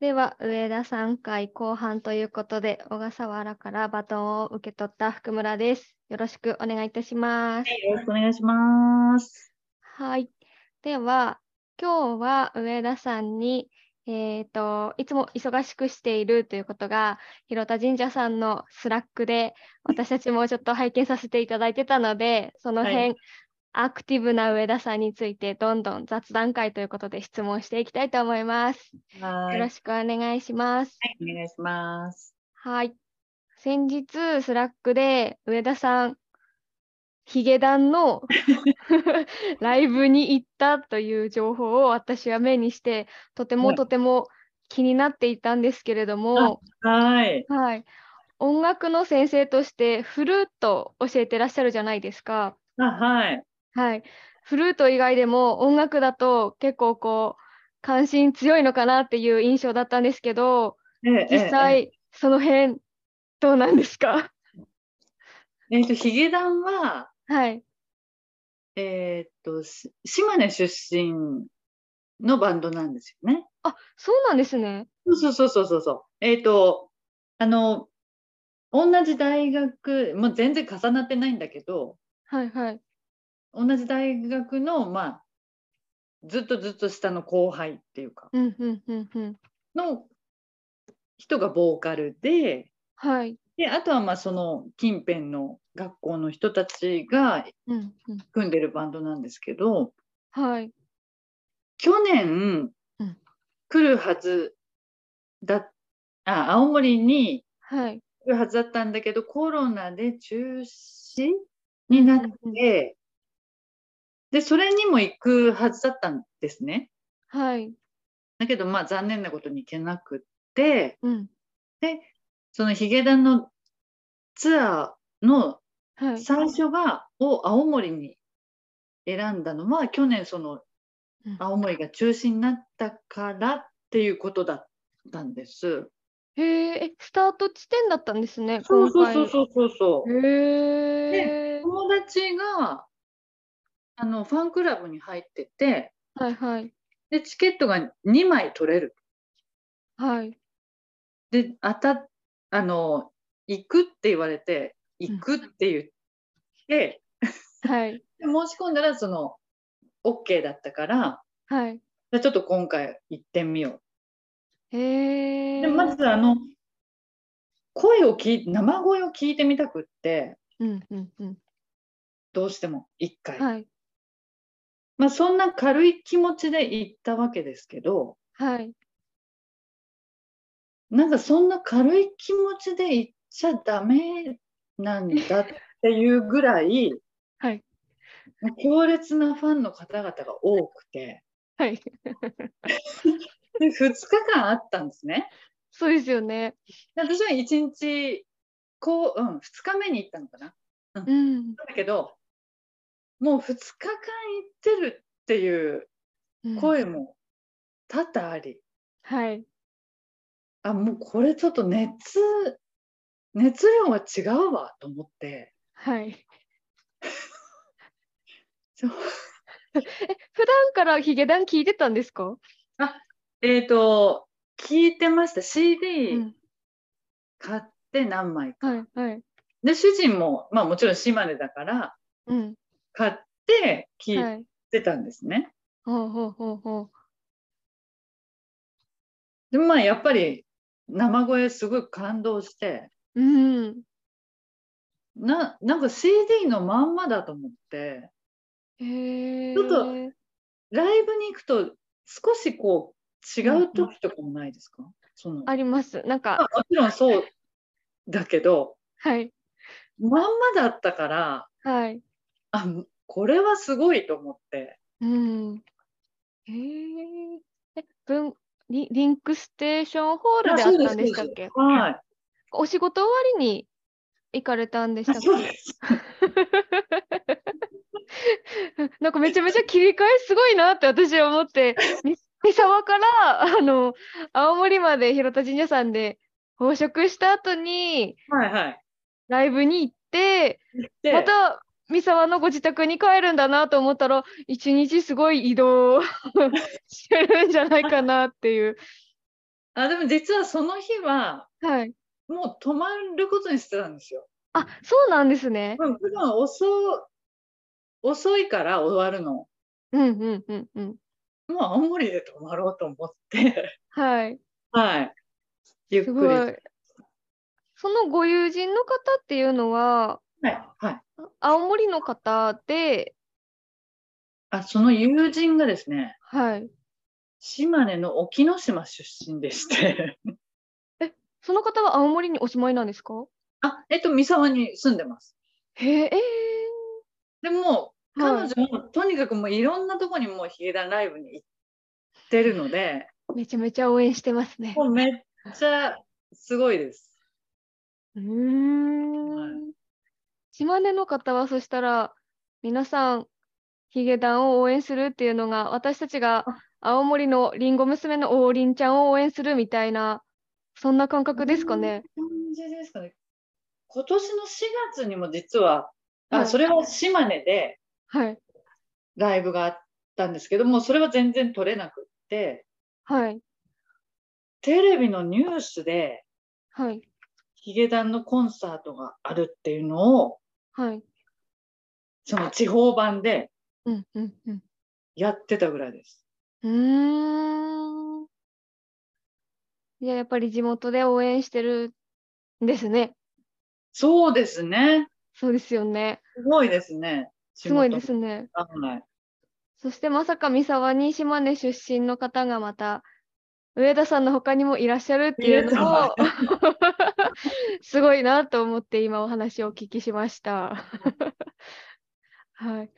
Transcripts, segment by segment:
では、上田さん回後半ということで、小笠原からバトンを受け取った福村です。よろしくお願いいたします。よろしくお願いします。はい。では、今日は上田さんに、えっ、と、いつも忙しくしているということが、広田神社さんのスラックで、私たちもちょっと拝見させていただいてたので、その辺、はアクティブな上田さんについて、どんどん雑談会ということで質問していきたいと思います。はよろしくお願いします。い、お願いします。はい。先日、スラックで上田さん、ヒゲダン のライブに行ったという情報を私は目にして、とてもはいとても気になっていたんですけれども、はい、はい。音楽の先生としてフルートを教えてらっしゃるじゃないですか。あ、 はい、はい。フルート以外でも音楽だと結構こう、関心強いのかなっていう印象だったんですけど、ええ実、え際、その辺、どうなんですかええっと、ヒゲダンは、はい。えーっと、し島根出身のバンドなんですよね。あ、そうなんですね。そうそうそうそうそう。えーっと、あの、同じ大学、もう全然重なってないんだけど、はいはい。同じ大学の、まあ。ずっとずっと下の後輩っていうか、うんうんうんうん。の。人がボーカルで、はい。であとはまあその近辺の学校の人たちがうんうん。組んでるバンドなんですけどはい。去年うん来るはずだっあ青森にはい。来るはずだったんだけどコロナで中止になって、うんうんでそれにも行くはずだったんですねはい。だけどまあ残念なことに行けなくってうん。そのヒゲダンのツアーのはい。最初がを青森に選んだのは去年そのうん青森が中止になったからっていうことだったんです。へええ、スタート地点だったんですね、そうそ今回。うそうそうそうそう。へえ。友達があのファンクラブに入っててはいはい。でチケットが2枚取れるはい。で当たあの行くって言われて行くって言って、はい。で申し込んだらその OK だったからはい。じゃあちょっと今回行ってみようへえ。でもまずあの声を聞い生声を聞いてみたくってうんうんうん。どうしても一回、はい。まあ、そんな軽い気持ちで行ったわけですけどはい。なんかそんな軽い気持ちで行っちゃダメなんだっていうぐらい はい。強烈なファンの方々が多くてはい。 で2日間あったんですねそうですよね。で私は1日こう、うん、2日目に行ったのかなうん。だけどもう2日間行ってるっていううん声も多々あり、はい。あもうこれちょっと熱熱量が違うわと思って はい。そう普段からヒゲダン聞いてたんですかえっ、と聞いてました CD うん。買って何枚か、はいはい。で主人も、まあ、もちろん島根だからうん。買っては聞いい。てたんですね、ほうほうほうほう。でまあやっぱり生声すごい感動してうん。ななんか CD のまんまだと思ってへえ。ちょっとライブに行くと少しこう違う時とかもないですか、そのあります。なんまあか、もちろんそうだけどはい。まんまだったからはい。あこれはすごいと思ってうん。へえ。え、文リリンクステーションホールあであそうっですたんでしたっけはいお仕事終わりに行かれたんでしたっそうです。けなんかめちゃめちゃ切り替えすごいなって私は思 って、み三沢からあの青森まで広田神社さんで奉食した後にはいはい。ライブに行って、で、また三沢のご自宅に帰るんだなと思ったら、一日すごい移動 してるんじゃないかなっていう。あでも実はその日ははい。もう泊まることにしてたんですよ。あ、そうなんですね。うん普段遅遅いから終わるの。うんうんうんうん。もう青森で泊まろうと思って、 はい。はい。ゆっすくごり。いはい。。そのご友人の方っていうのは、はい。青森の方で、あ、その友人がですね、はい。島根の沖ノ島出身で して、その方は青森にお住まいなんですかあ、えっと、三沢に住んでます。へえ。でも、彼はい女もとにかくもういろんなとこにもうヒゲダンライブに行ってるので、めちゃめちゃ応援してますねも。うめっちゃすごいです。うーん。島根の方はそしたら皆さんヒゲダンを応援するっていうのが私たちが青森のりんご娘の王林ちゃんを応援するみたいなそんな感覚ですかね。こんな感じですかね。今年の4月にも実は、はあいそれは島根ではいライブがあったんですけども、それは全然取れなくって、はいテレビのニュースではいヒゲダンのコンサートがあるっていうのを、はい。その地方版でうんうんうん。やってたぐらいです。うーん。いややっぱり地元で応援してるんですね。そうですね。そうですよね。すごいですね。すごいですね。はい。そしてまさか三沢に島根出身の方がまた上田さんの他にもいらっしゃるっていうのをすごいなと思って今お話をお聞きしました。 はい、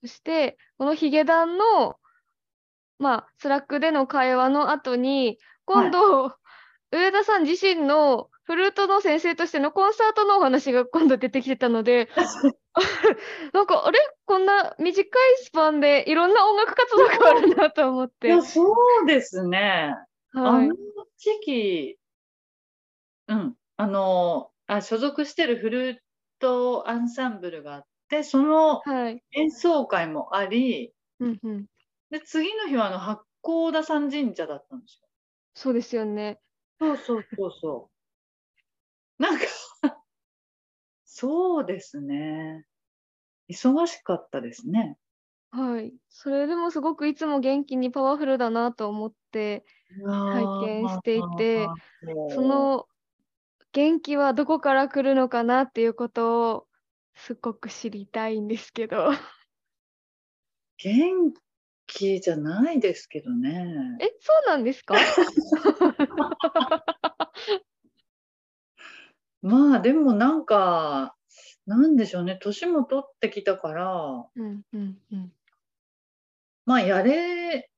そしてこのヒゲダンの、まあ、スラックでの会話の後に今度、上田さん自身のフルートの先生としてのコンサートのお話が今度出てきてたのでなんかあれこんな短いスパンでいろんな音楽活動があるなと思っいて。や、そうですね。あはいの、時期、うん、あのあ、所属してるフルートアンサンブルがあって、そのはい。演奏会もあり、うんうん。で次の日はあの八甲田山神社だったんですそうですよね。よ。そうそうそうそう。なんかそうですね。忙しかったですね。はい。それでもすごくいつも元気にパワフルだなと思って、拝見していてあー、その元気はどこから来るのかなっていうことをすごく知りたいんですけ ど。元気じゃないですけどね。え、そうなんですか まあでもなんか、なんでしょうね、年も取ってきたから、うんうんうん。まあやれ、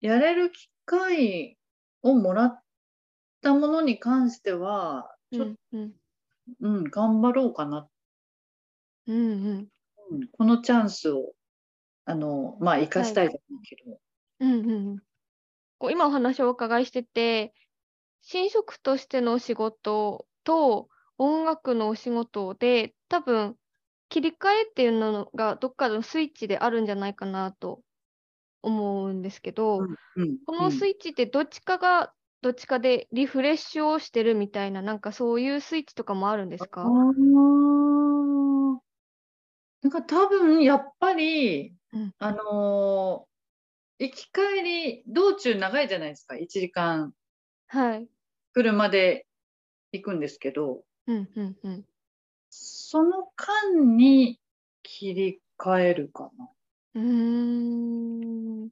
やれる機会をもらったものに関しては、うちょっんうんうん、頑張ろうかな、うんうんうんこのチャンスを、あの、まあ生かしたいじゃないけど、うんうんこう今お話をお伺いしてて神職としてのお仕事と音楽のお仕事で多分切り替えっていうのがどっかのスイッチであるんじゃないかなと思うんですけど、うんこうのんスイッチってどっちかがどっちかでリフレッシュをしてるみたいななんかそういうスイッチとかもあるんですかあ、ーなんか多分やっぱり、うんあのー行き帰り道中長いじゃないですか1時間はい。車で行くんですけどうんうんうん。その間に切り替えるかなうーん。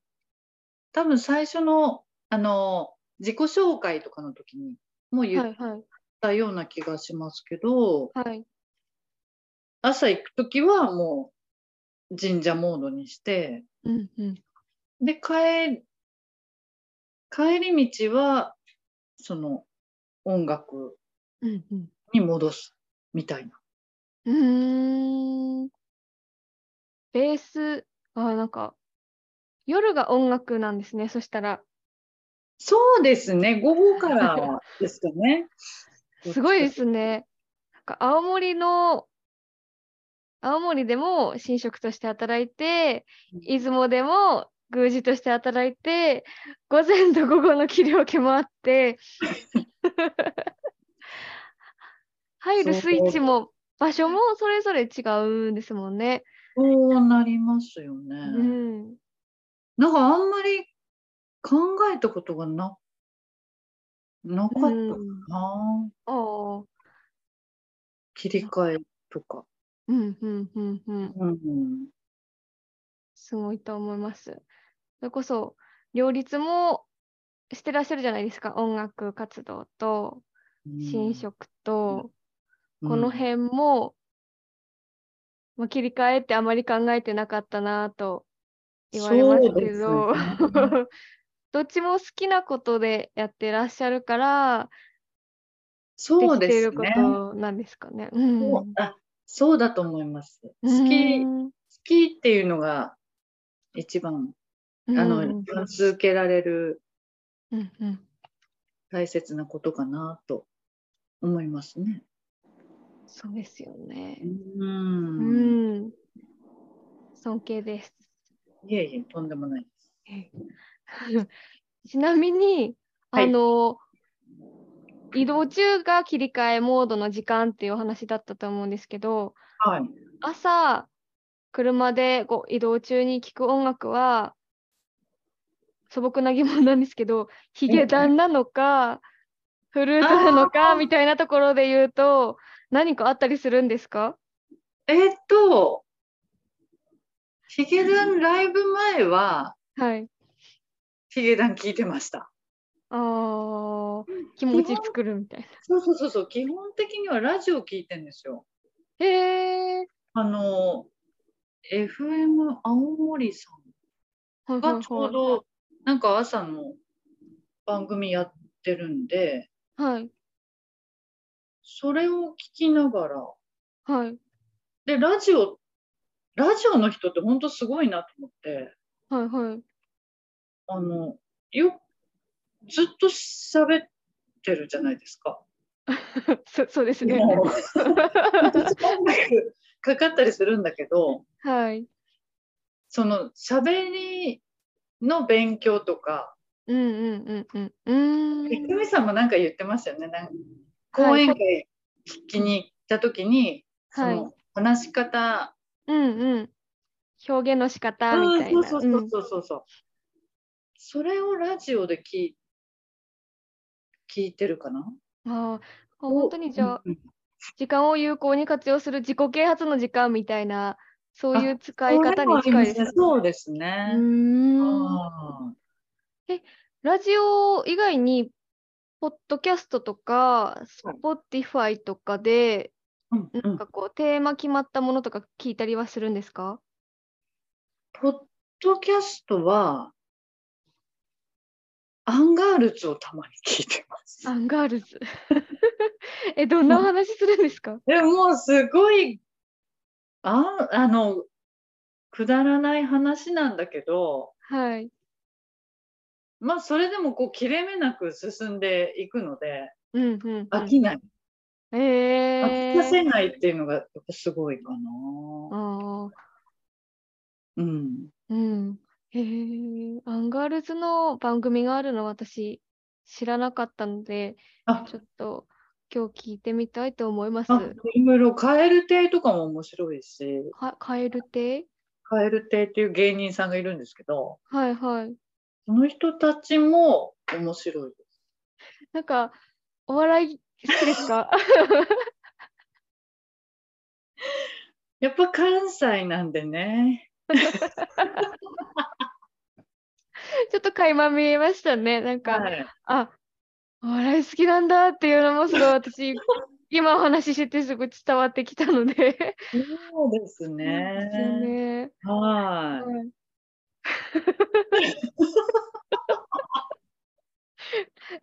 多分最初の、あのー自己紹介とかの時にもう言はっいはいたような気がしますけど、はい。朝行く時はもう神社モードにしてうんうん。で、帰、帰り道は、その、音楽うんうんに戻すみたいな。うーんベース、あ、なんか、夜が音楽なんですね、そしたら。そうですね、午後からですかね。 すごいですね。なんか青森の、青森でも神職として働いて、出雲でも宮司として働いて、午前と午後の切り分けもあって、入るスイッチも場所もそれぞれ違うんですもんね。そうなりますよね。うん。なんかあんまり考えたことがななかったかうな、ん、ああ。切り替えとか。うんうんうんうん。うん、すごいと思います。それこそ両立もしてらっしゃるじゃないですか。音楽活動と新職と、うんこの辺も、まあ、切り替えってあまり考えてなかったなと言われますけど、そうですね どっちも好きなことでやってらっしゃるからでそきうていでするこね。となんですかね。うんそうあそうだと思います。好きう好んきっていうのが一番あうのん続けられるうんうん大切なことかなと思いますね。そうですよね。う。うんん。尊敬です。 いえいえ、とんでもないです。ちなみに、はいあの、移動中が切り替えモードの時間っていうお話だったと思うんですけど、はい。朝、車でこう移動中に聴く音楽は、素朴な疑問なんですけど、ヒゲダンなのか、フルートなのかみたいなところで言うと、何かあったりするんですかえーっと、ヒゲダンライブ前は、はい。ヒゲダン聞いてました。ああ、気持ち作るみたいな。そうそうそうそう、基本的にはラジオ聞いてんですよ。へえ。あの、FM 青森さはんいはいがはいちょうど、なんか朝の番組やってるんで、はいそれを聞きながら、はいで、ラジオ、ラジオの人って本当すごいなと思って、はいはい。あの、よ、ずっと喋ってるじゃないですか。そそうですね。もうかかったりするんだけど、はい。その喋りの勉強とか、うんうんうんうん。うーん。久美さんもなんか言ってましたよね。なんか講演会聞きに行った時に、はいその話し方、うんうん。表現の仕方みたいうんな。そうそうそうそうそう、それをラジオで聞い聞いてるかな。うんあー本当にじゃあ、うん時間を有効に活用する自己啓発の時間みたいな、そういう使いそ方れもあにりま近いすですかね。そうですうね。ーん。あラジオ以外に、ポッドキャストとか、Spotify とかで、ーうんうなんんかこう、テーマ決まったものとか聞いたりはするんですかポッドキャストは、アンガールズをたまに聞いてます。アンガールズ。 え、どんなお話するんですかでもうすごい、ああの、くだらない話なんだけど、はい。まあそれでもこう切れ目なく進んでいくので、うんうん、飽きない。うん。飽えきさせー。ないっていうのがやっぱすごいかあな。ーうん。うん。えー、アンガールズの番組があるの私知らなかったので、あちょっと今日聞いてみたいと思います。あいろいろ、カエル亭とかも面白いし、かカエル亭カエル亭っていう芸人さんがいるんですけど、はいはい。その人たちも面白い。なんか、お笑い好きですか やっぱ関西なんでね。ちょっと垣間見えましたね。なんか、はいあ、お笑い好きなんだっていうのもすごい私、今お話ししててすごい伝わってきたので。そうですですよね。ね。ははい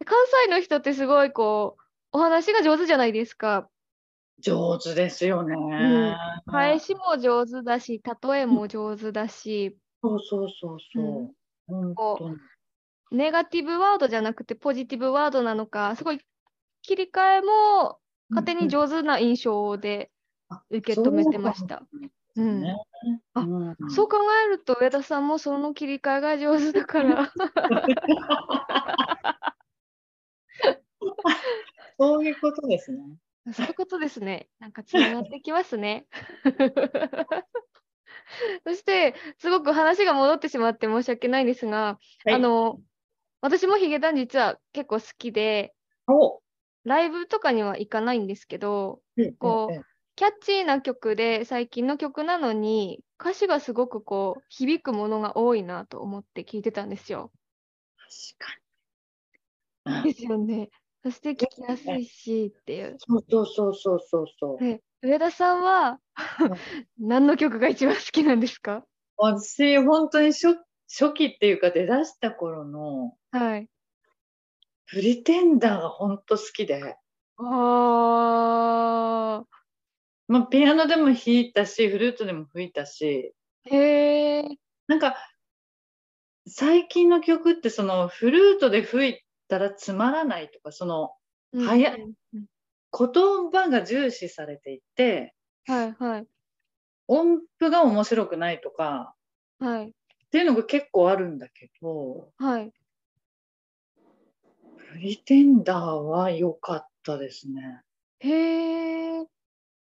関西の人ってすごいこうお話が上手じゃないですか。上手ですよね。ん返しも上手だし、例えも上手だし、そうそうそうそう。本当にネガティブワードじゃなくてポジティブワードなのか、すごい切り替えも勝手に上手な印象で受け止めてました。ううんんねあうんそう考えると、上田さんもその切り替えが上手だから。そういうことですね。 そういうことですね。なんかつながってきますね。 そして、すごく話が戻ってしまって申し訳ないんですが、はいあの、私もヒゲダン実は結構好きで、おライブとかには行かないんですけど、こうええええキャッチーな曲で最近の曲なのに、歌詞がすごくこう、響くものが多いなと思って聞いてたんですよ。確かに。うでんすよね。そして聞きやすいしっていう。そうそうそうそうそう。ね上田さんは 何の曲が一番好きなんですか私、本当に初初期っていうか出だした頃の、はい。プリテンダーが本当好きで、あまあ、ピアノでも弾いたし、フルートでも吹いたし、ー。へえ。なんか、最近の曲ってそのフルートで吹いたらつまらないとか、そのうん早いうん言葉が重視されていて、はいはい音符が面白くないとか、はいっていうのが結構あるんだけど、はい。プリテンダーは良かったですね。へえ。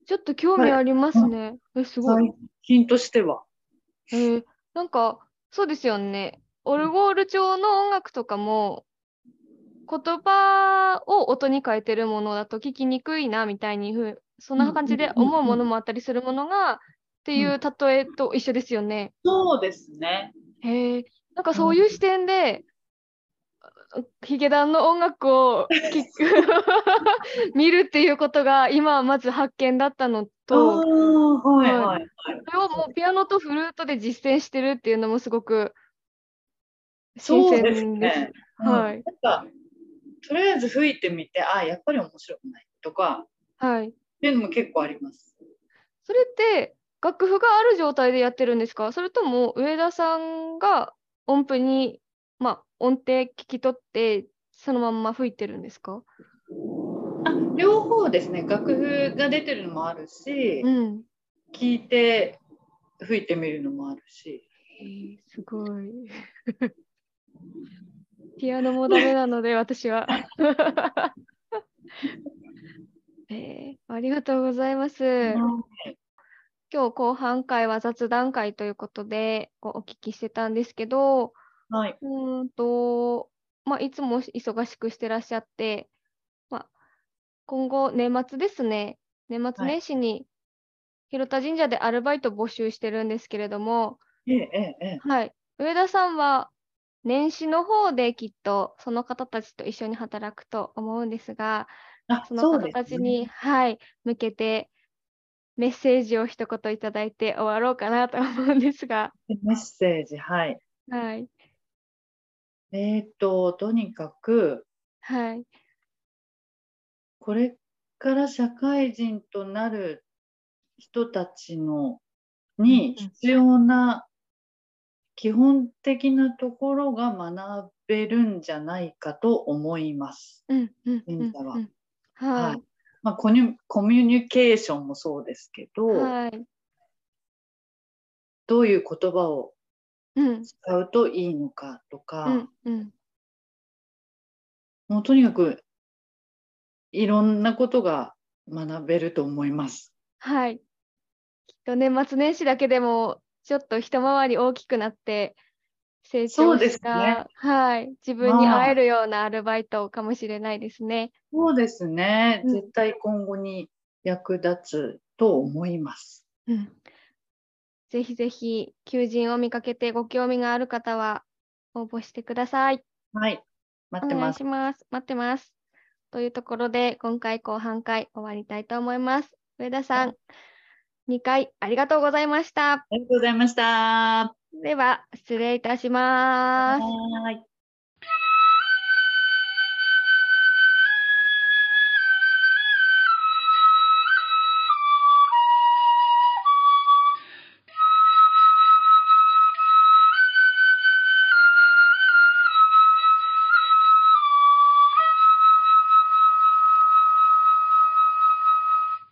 ちょっと興味ありますね。え、すごい最。近としては。えー、なんか、そうですよね。オルゴール調の音楽とかも、言葉を音に変えてるものだと聞きにくいな、みたいにふう、そんな感じで思うものもあったりするものが、っていう例えと一緒ですよね。そうですね。へえ、なんかそういう視点で、ヒゲダンの音楽を聞 く見るっていうことが今まず発見だったのああ、と、はいはいはいはい。それをもうピアノとフルートで実践してるっていうのもすごく新そうです鮮です。ね。はいうんなんか、とりあえず吹いてみて、ああ、やっぱり面白くないとか、っはい。ていうのも結構あります。それって楽譜がある状態でやってるんですかそれとも上田さんが音符に、まあ、音程聞き取ってそのまんま吹いてるんですかあ両方ですね。楽譜が出てるのもあるし、うん。聞いて吹いてみるのもあるし。えーすごい。 ピアノもダメなので、私 は。えーありがとうございます。今日後半会は雑談会ということでこうお聞きしてたんですけど、はい。うーんと、まあ、いつも忙しくしてらっしゃって、まあ、今後年末ですね、年末はい年始に広田神社でアルバイト募集してるんですけれども、ええええええ。はい。上田さんは年始の方できっとその方たちと一緒に働くと思うんですが、あそのうで方たすちねに、はい、向けてメッセージを一言いただいて終わろうかなと思うんですが、メッセージ、はい。はい。えっ、と、とにかく、はい。これから社会人となる人たちのにうんうん必要な基本的なところが学べるんじゃないかと思います。うん、うん、うん神社はうん。はまあ、コミュコミュニケーションもそうですけど、い。はい。どういう言葉をうん、使うといいのかとか、うん、うん。もうとにかくいろんなことが学べると思います。はい。きっと年末年始だけでも、ちょっと一回り大きくなって、成そ長うでしすた、ねはい、自分にまあ会えるようなアルバイトかもしれないですね。そうですね、うん絶対今後に役立つと思います。うん、ぜひぜひ、求人を見かけてご興味がある方は、応募してください。はい、待おって願まいすし。ます。待ってます。というところで、今回後半回終わりたいと思います。上田さん、2回ありがとうございました。ありがとうございました。はでは、失礼いたします。ーい。